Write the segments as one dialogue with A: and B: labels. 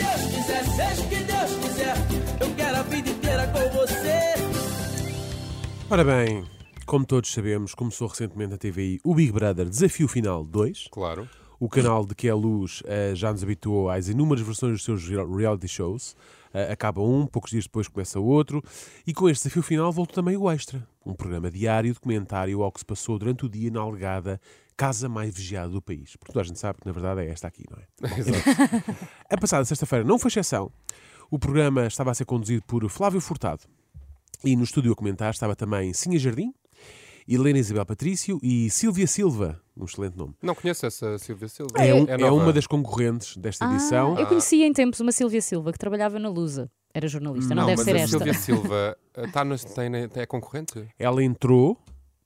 A: Seja o que Deus quiser, eu quero a vida inteira com você.
B: Ora bem, como todos sabemos, começou recentemente na TVI o Big Brother Desafio Final 2.
C: Claro.
B: O canal de que é a luz eh, já nos habituou às inúmeras versões dos seus real- reality shows. Eh, acaba um, poucos dias depois começa outro. E com este desafio final voltou também o Extra, um programa diário de comentário ao que se passou durante o dia na alegada casa mais vigiada do país. Porque toda a gente sabe que na verdade é esta aqui, não é?
C: Exato.
B: A passada sexta-feira não foi exceção. O programa estava a ser conduzido por Flávio Furtado. E no estúdio a comentar estava também Sinha Jardim, Helena Isabel Patrício e Silvia Silva, um excelente nome.
C: Não conheço essa Silvia Silva.
B: É, um- é
C: nova.
B: uma das concorrentes desta edição.
D: Ah, eu conheci em tempos uma Silvia Silva que trabalhava na Lusa. Era jornalista, não,
C: Não,
D: deve
C: mas
D: ser
C: a
D: esta.
C: Silvia Silva eh, tá nas- tem, na- é concorrente?
B: Ela entrou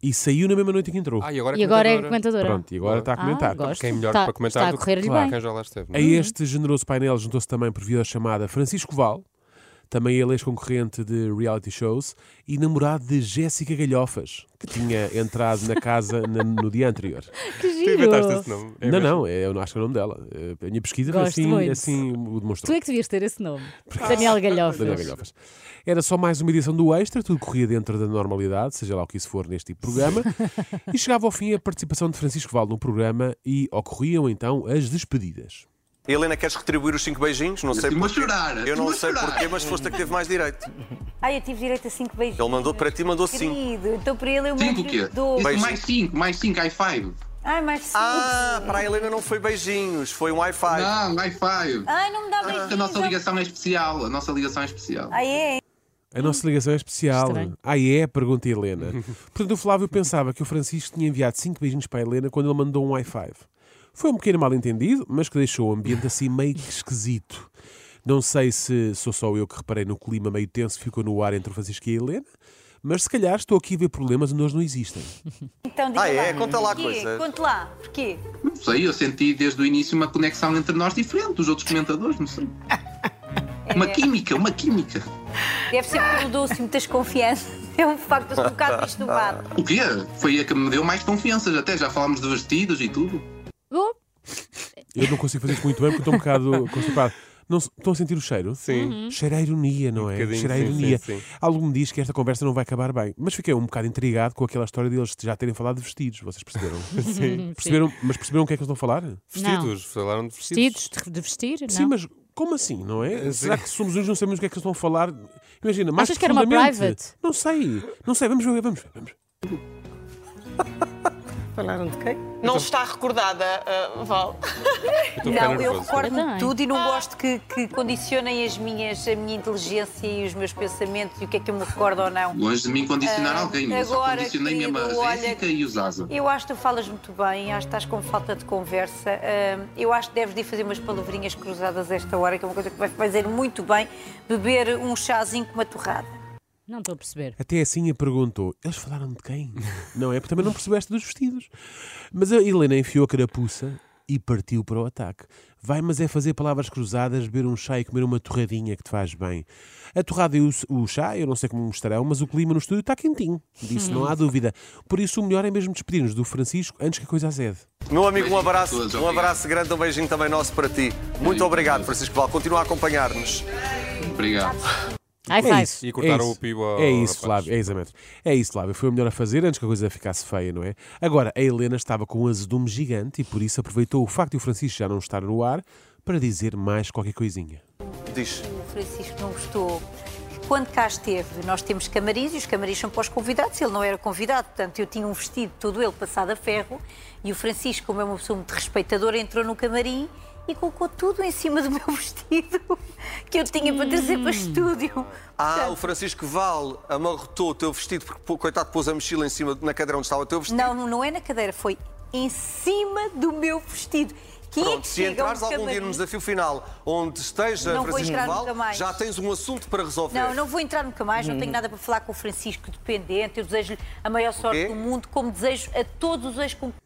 B: e saiu na mesma noite em que entrou.
C: Ah, e agora é
D: E agora é
C: comentadora.
D: comentadora.
B: Pronto, e agora está a comentar. então,
D: Ah, gosto. Uhum.
C: Quem é melhor
D: Tá-
C: para comentar
D: está a
C: do que-
D: correr-lhe
C: claro,
D: bem.
C: quem já lá esteve. não
B: A
C: é?
B: este generoso painel juntou-se também por videochamada Francisco Val, também ele ex-concorrente de reality shows e namorado de Jéssica Galhofas, que tinha entrado na casa na- no dia anterior.
D: Que
C: Tu inventaste esse
D: giro.
C: nome? É
B: Não,
C: mesmo?
B: não, é- eu não acho que é o nome dela. Eh, A minha pesquisa foi
D: Gosto
B: assim,
D: muito.
B: assim o
D: Tu
B: demonstrou.
D: é que devias ter esse nome. Daniel Galhofas.
B: Daniel Galhofas. Era só mais uma edição do Extra, tudo corria dentro da normalidade, seja lá o que isso for neste tipo de programa. e chegava ao fim a participação de Francisco Val no programa e ocorriam então as despedidas.
E: Helena, queres retribuir os cinco beijinhos? Não sei
F: Estive a
E: porquê.
F: chorar,
E: Eu
F: estive
E: não
F: a
E: sei
F: chorar.
E: porquê, mas foste a que teve mais direito.
G: Ah, eu tive direito a 5 beijinhos.
E: Ele mandou para ti, mandou cinco.
G: Querido, então para ele eu
F: Cinco o quê?
G: mando dois.
E: Beijo.
F: Isso, mais cinco, mais cinco, high five.
G: Ai, mais 5.
E: Ah, para a Helena não foi beijinhos, foi um Wi-Fi.
F: Não, Ah, high five.
G: Ai, não me dá beijinhos.
F: A nossa ligação é especial, a nossa ligação é especial.
G: Ai, é?
B: A nossa ligação é especial.
D: Estranho.
B: Ah, é? Pergunta a Helena. Portanto, o Flávio pensava que o Francisco tinha enviado cinco beijinhos para a Helena quando ele mandou um i5. Foi um pequeno mal-entendido, mas que deixou o ambiente assim meio que esquisito. Não sei se sou só eu que reparei no clima meio tenso que ficou no ar entre o Francisco e a Helena, mas se calhar estou aqui a ver problemas onde eles não existem.
G: Então diga
E: Ah, é?
G: lá.
E: Conta lá a
G: Porquê?
E: coisa.
G: Conta lá. Porquê?
F: Não sei, eu senti desde o início uma conexão entre nós diferente dos outros comentadores, não sei. Uma química, uma química.
G: Deve ser pelo doce, muita desconfiança. É um facto, eu sou um bocado perturbado.
F: O quê? Foi a que me deu mais confianças, até já falámos de vestidos e tudo.
D: Bom,
B: Eu não consigo fazer isto muito bem porque estou um bocado constipado. Não, se- estão a sentir o cheiro?
C: Sim.
D: Uhum.
C: Um
B: Cheira a ironia, não é?
C: bocadinho,
B: Cheira a
C: sim,
B: ironia.
C: sim, sim.
B: Algo me diz que esta conversa não vai acabar bem. Mas fiquei um bocado intrigado com aquela história deles já terem falado de vestidos. Vocês perceberam?
C: Sim.
B: perceberam mas perceberam o que é que eles estão a falar?
C: Vestidos, falaram de vestidos.
D: vestidos de- de vestir? Não.
B: Sim, mas como assim, não
C: Eh,
B: é? Será que somos uns não sabemos o que é que eles estão a falar? Imagina, mais
D: Achas que era uma
B: profundamente.
D: private?
B: Não sei. Não sei. Vamos ver, vamos ver. Vamos. ver.
H: Falaram de quem? Não está recordada, ah, Val.
C: Estou a ficar
G: Não, eu
C: nervoso.
D: Eu
G: recordo-me
D: também.
G: de tudo e não gosto que, que condicionem as minhas, a minha inteligência e os meus pensamentos e o que é que eu me recordo ou não.
F: Longe de mim condicionar alguém, eu só
G: agora,
F: condicionei mesmo
G: querido,
F: a
G: olha-
F: Jéssica e o Zaza.
G: Eu acho que tu falas muito bem, acho que estás com falta de conversa. Hum, Eu acho que deves de ir fazer umas palavrinhas cruzadas esta hora, que é uma coisa que vai fazer muito bem, beber um chazinho com uma torrada.
D: Não estou a perceber.
B: Até assim a perguntou: eles falaram de quem? não é? Porque também não percebeste dos vestidos. Mas a Helena enfiou a carapuça e partiu para o ataque. Vai, mas é fazer palavras cruzadas, beber um chá e comer uma torradinha que te faz bem. A torrada e o, o chá, eu não sei como mostrarão, mas o clima no estúdio está quentinho. Disso não há dúvida. Por isso, o melhor é mesmo despedir-nos do Francisco antes que a coisa azede.
E: Meu amigo, um
F: Beijinho para
E: abraço,
F: todos,
E: um
F: obrigado.
E: abraço grande, um beijinho também nosso para ti. Muito obrigado, Francisco Val. Continua a acompanhar-nos.
F: Obrigado.
D: High
B: É
D: five.
B: isso.
C: E cortaram
B: é isso.
C: o pibo ao
B: É isso,
C: rapaz.
B: Flávio. É exatamente. É isso, Flávio. Foi o melhor a fazer antes que a coisa ficasse feia, não é? Agora, a Helena estava com um azedume gigante e por isso aproveitou o facto de o Francisco já não estar no ar para dizer mais qualquer coisinha.
E: Diz.
G: O Francisco não gostou. Quando cá esteve, nós temos camarins e os camarins são para os convidados. Ele não era convidado, portanto, eu tinha um vestido todo ele passado a ferro e o Francisco, como é uma pessoa muito respeitadora, entrou no camarim e colocou tudo em cima do meu vestido que eu tinha para trazer para estúdio.
E: Ah, o Francisco Val amarrotou o teu vestido, porque pô, coitado pôs a mochila em cima na cadeira onde estava o teu vestido.
G: Não, não é na cadeira, foi em cima do meu vestido. Quem é
E: Pronto,
G: que
E: se
G: chega a um
E: entrares algum dia
G: camarim?
E: no desafio final onde esteja
G: Não vou
E: Francisco
G: entrar
E: Val,
G: nunca mais.
E: já tens um assunto para resolver.
G: Não, não vou entrar nunca mais, não tenho nada para falar com o Francisco dependente. Eu desejo-lhe a maior sorte
E: quê?
G: do mundo, como desejo a todos os ex-concorrentes.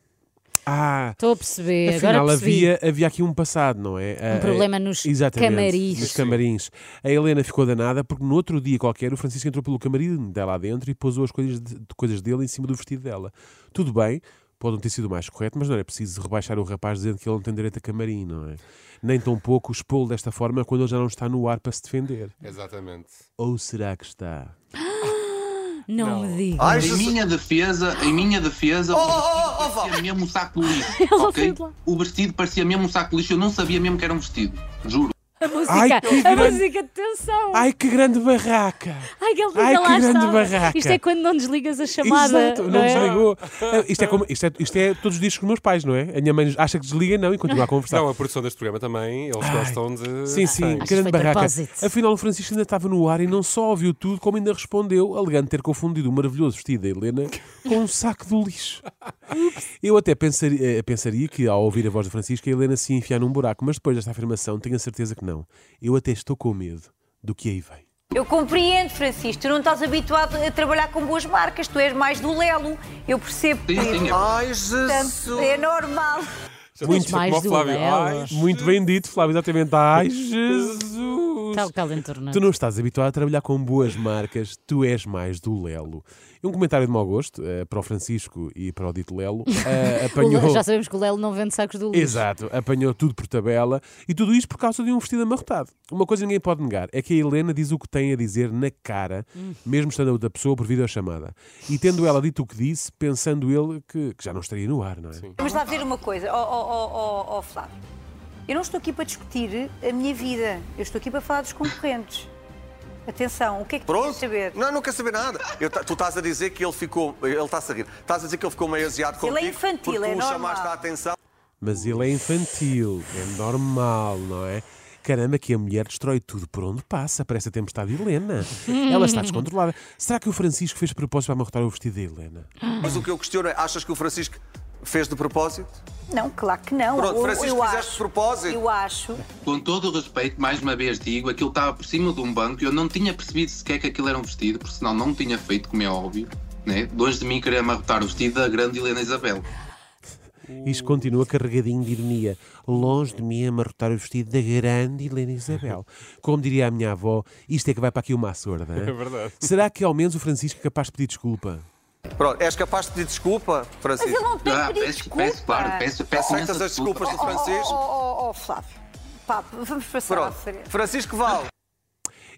B: Ah,
D: Estou a perceber.
B: afinal
D: É, Agora percebi.
B: havia, havia aqui um passado, não é? Ah,
D: problema nos
B: exatamente,
D: camarins.
B: Nos camarins. A Helena ficou danada porque no outro dia qualquer o Francisco entrou pelo camarim dela lá dentro e pousou as coisas, de- coisas dele em cima do vestido dela. Tudo bem. Pode não ter sido o mais correto, mas não é preciso rebaixar o rapaz dizendo que ele não tem direito a camarim, não é? Nem tão pouco expô-lo desta forma quando ele já não está no ar para se defender.
C: Exatamente.
B: Ou será que está?
D: Não, me diga.
E: Ai,
F: Em
E: Jesus.
F: minha defesa, em minha defesa,
E: Oh, oh, oh,
F: o vestido parecia mesmo um saco de lixo.
D: Ele
F: ok?
D: saiu de lá.
F: O vestido parecia mesmo um saco de lixo. Eu não sabia mesmo que era um vestido. Juro.
D: A música,
B: Ai, que
D: a
B: grande-
D: música, atenção! Ai,
B: Ai, que grande barraca!
D: que ele
B: ai,
D: liga
B: que
D: lá
B: grande
D: está.
B: barraca.
D: Isto é quando não desligas a chamada.
B: Exato,
D: não
B: não
D: é?
B: desligou. Ah, Isto é, como, isto, é, isto é todos os dias com os meus pais, não é? A minha mãe acha que desliga não e continua a conversar.
C: Não, a produção deste programa também, eles gostam de.
B: Sim, sim,
D: Acho que
B: grande
D: foi
B: barraca.
D: propósito.
B: Afinal, o Francisco ainda estava no ar e não só ouviu tudo, como ainda respondeu, alegando ter confundido o maravilhoso vestido da Helena com um saco do lixo. Eu até pensaria, eh, pensaria que, ao ouvir a voz do Francisco, a Helena se ia enfiar num buraco, mas depois desta afirmação tenho a certeza que não. Eu até estou com medo do que aí vem.
G: Eu compreendo, Francisco, tu não estás habituado a trabalhar com boas marcas, tu és mais do Lelo. Eu percebo
F: Sim,
G: que
F: sim, é.
E: Ai,
G: portanto,
E: Jesus.
G: é normal.
C: Já
D: Muito
C: estou
D: mais
C: como o
D: do
C: Flávio.
D: Bela.
C: Ai,
B: Muito bem dito, Flávio, exatamente. Ai, Jesus!
D: Tal calentorna.
B: Tu não estás habituado a trabalhar com boas marcas, tu és mais do Lelo. Um comentário de mau gosto eh, para o Francisco e para o dito Lelo eh, apanhou.
D: Já sabemos que o Lelo não vende sacos do lixo.
B: Exato, apanhou tudo por tabela e tudo isto por causa de um vestido amarrotado. Uma coisa ninguém pode negar é que a Helena diz o que tem a dizer na cara, mesmo estando a outra pessoa por videochamada. E tendo ela dito o que disse, pensando ele que, que já não estaria no ar, não é?
G: Vamos lá dizer uma coisa, Oh, ó ó, ó, ó, ó, oh, Flávio. Eu não estou aqui para discutir a minha vida, eu estou aqui para falar dos concorrentes. Atenção, o que é que tu
E: Pronto.
G: queres saber?
E: Não, não quer saber nada. Eu ta- tu estás a dizer que ele ficou. Ele está a rir. Estás a dizer que ele ficou meio aziado
G: Ele é
E: contigo.
G: infantil,
E: porque tu
G: é
E: o
G: normal.
E: chamaste a atenção.
B: Mas ele é infantil, é normal, não é? Caramba, que a mulher destrói tudo por onde passa, parece a tempestade de Helena. Ela está descontrolada. Será que o Francisco fez propósito para amarrotar o vestido da Helena?
E: Mas o que eu questiono é: achas que o Francisco fez de propósito?
G: Não, claro que não.
E: Pronto,
G: eu,
E: Francisco,
G: eu
E: fizeste
G: acho,
E: de propósito.
G: Eu acho.
F: Com todo o respeito, mais uma vez digo, aquilo estava por cima de um banco. Eu não tinha percebido sequer que aquilo era um vestido, porque senão não tinha feito, como é óbvio. Né? Longe de mim querer amarrotar o vestido da grande Helena Isabel.
B: Isto continua carregadinho de ironia. Longe de mim amarrotar o vestido da grande Helena Isabel. Como diria a minha avó, isto é que vai para aqui uma sorda. É
C: verdade.
B: Será que ao menos o Francisco é capaz de pedir desculpa?
E: Pronto, és capaz de pedir desculpa,
G: Mas
E: Francisco?
G: ele não tem que
F: Ah,
G: pedir
F: peço,
G: desculpa. Oh,
F: peço, claro, peço, peço
E: Aceitas
F: imensa
E: as desculpas do
G: Ó, ó,
E: Francisco?
G: ó, ó, ó, oh, Flávio, pá, vamos passar à
E: Pronto.
G: frente.
E: Francisco Val.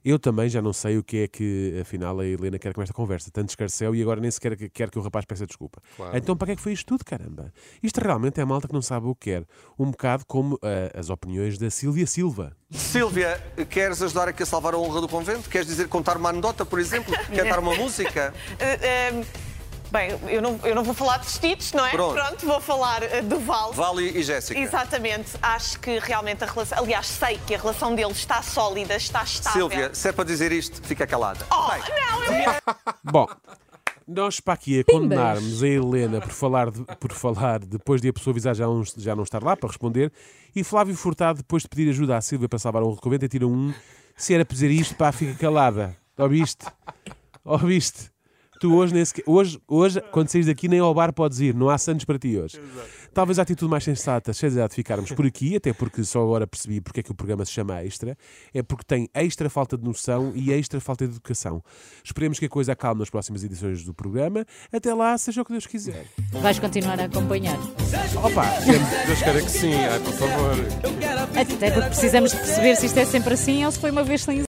B: Eu também já não sei o que é que, afinal, a Helena quer com esta conversa. Tanto escarceu e agora nem sequer que- quer que o rapaz peça desculpa. Então, para que é que foi isto tudo, caramba? Isto realmente é a malta que não sabe o que quer. Um bocado como ah, as opiniões da Sílvia Silva.
E: Silvia, queres ajudar aqui a salvar a honra do convento? Queres dizer contar uma anedota, por exemplo? Cantar uma música?
H: Eh, eh, bem, eu não, eu não vou falar de vestidos, não é?
E: Pronto.
H: vou falar eh, do Val.
E: Vale e Jéssica.
H: Exatamente, acho que realmente a relação. Aliás, sei que a relação deles está sólida, está estável.
E: Silvia, se é para dizer isto, fica calada.
H: Oh, não, eu
B: Bom, nós para aqui a condenarmos a Helena por falar, de- por falar depois de a pessoa avisar já, não- já não estar lá para responder e Flávio Furtado depois de pedir ajuda à Sílvia para salvar um recovento tira um se era para dizer isto, pá, fica calada. Ouviste? Ouviste? Tu hoje, nem sequer- hoje, hoje, quando saís daqui, nem ao bar podes ir. Não há santos para ti hoje. Talvez a atitude mais sensata seja a de ficarmos por aqui, até porque só agora percebi porque é que o programa se chama Extra. É porque tem extra falta de noção e extra falta de educação. Esperemos que a coisa acalme nas próximas edições do programa. Até lá, seja o que Deus quiser.
D: Vais continuar a acompanhar.
B: Opa! é
C: Deus queira que sim, ai, por favor.
D: Até porque precisamos de perceber se isto é sempre assim ou se foi uma vez sem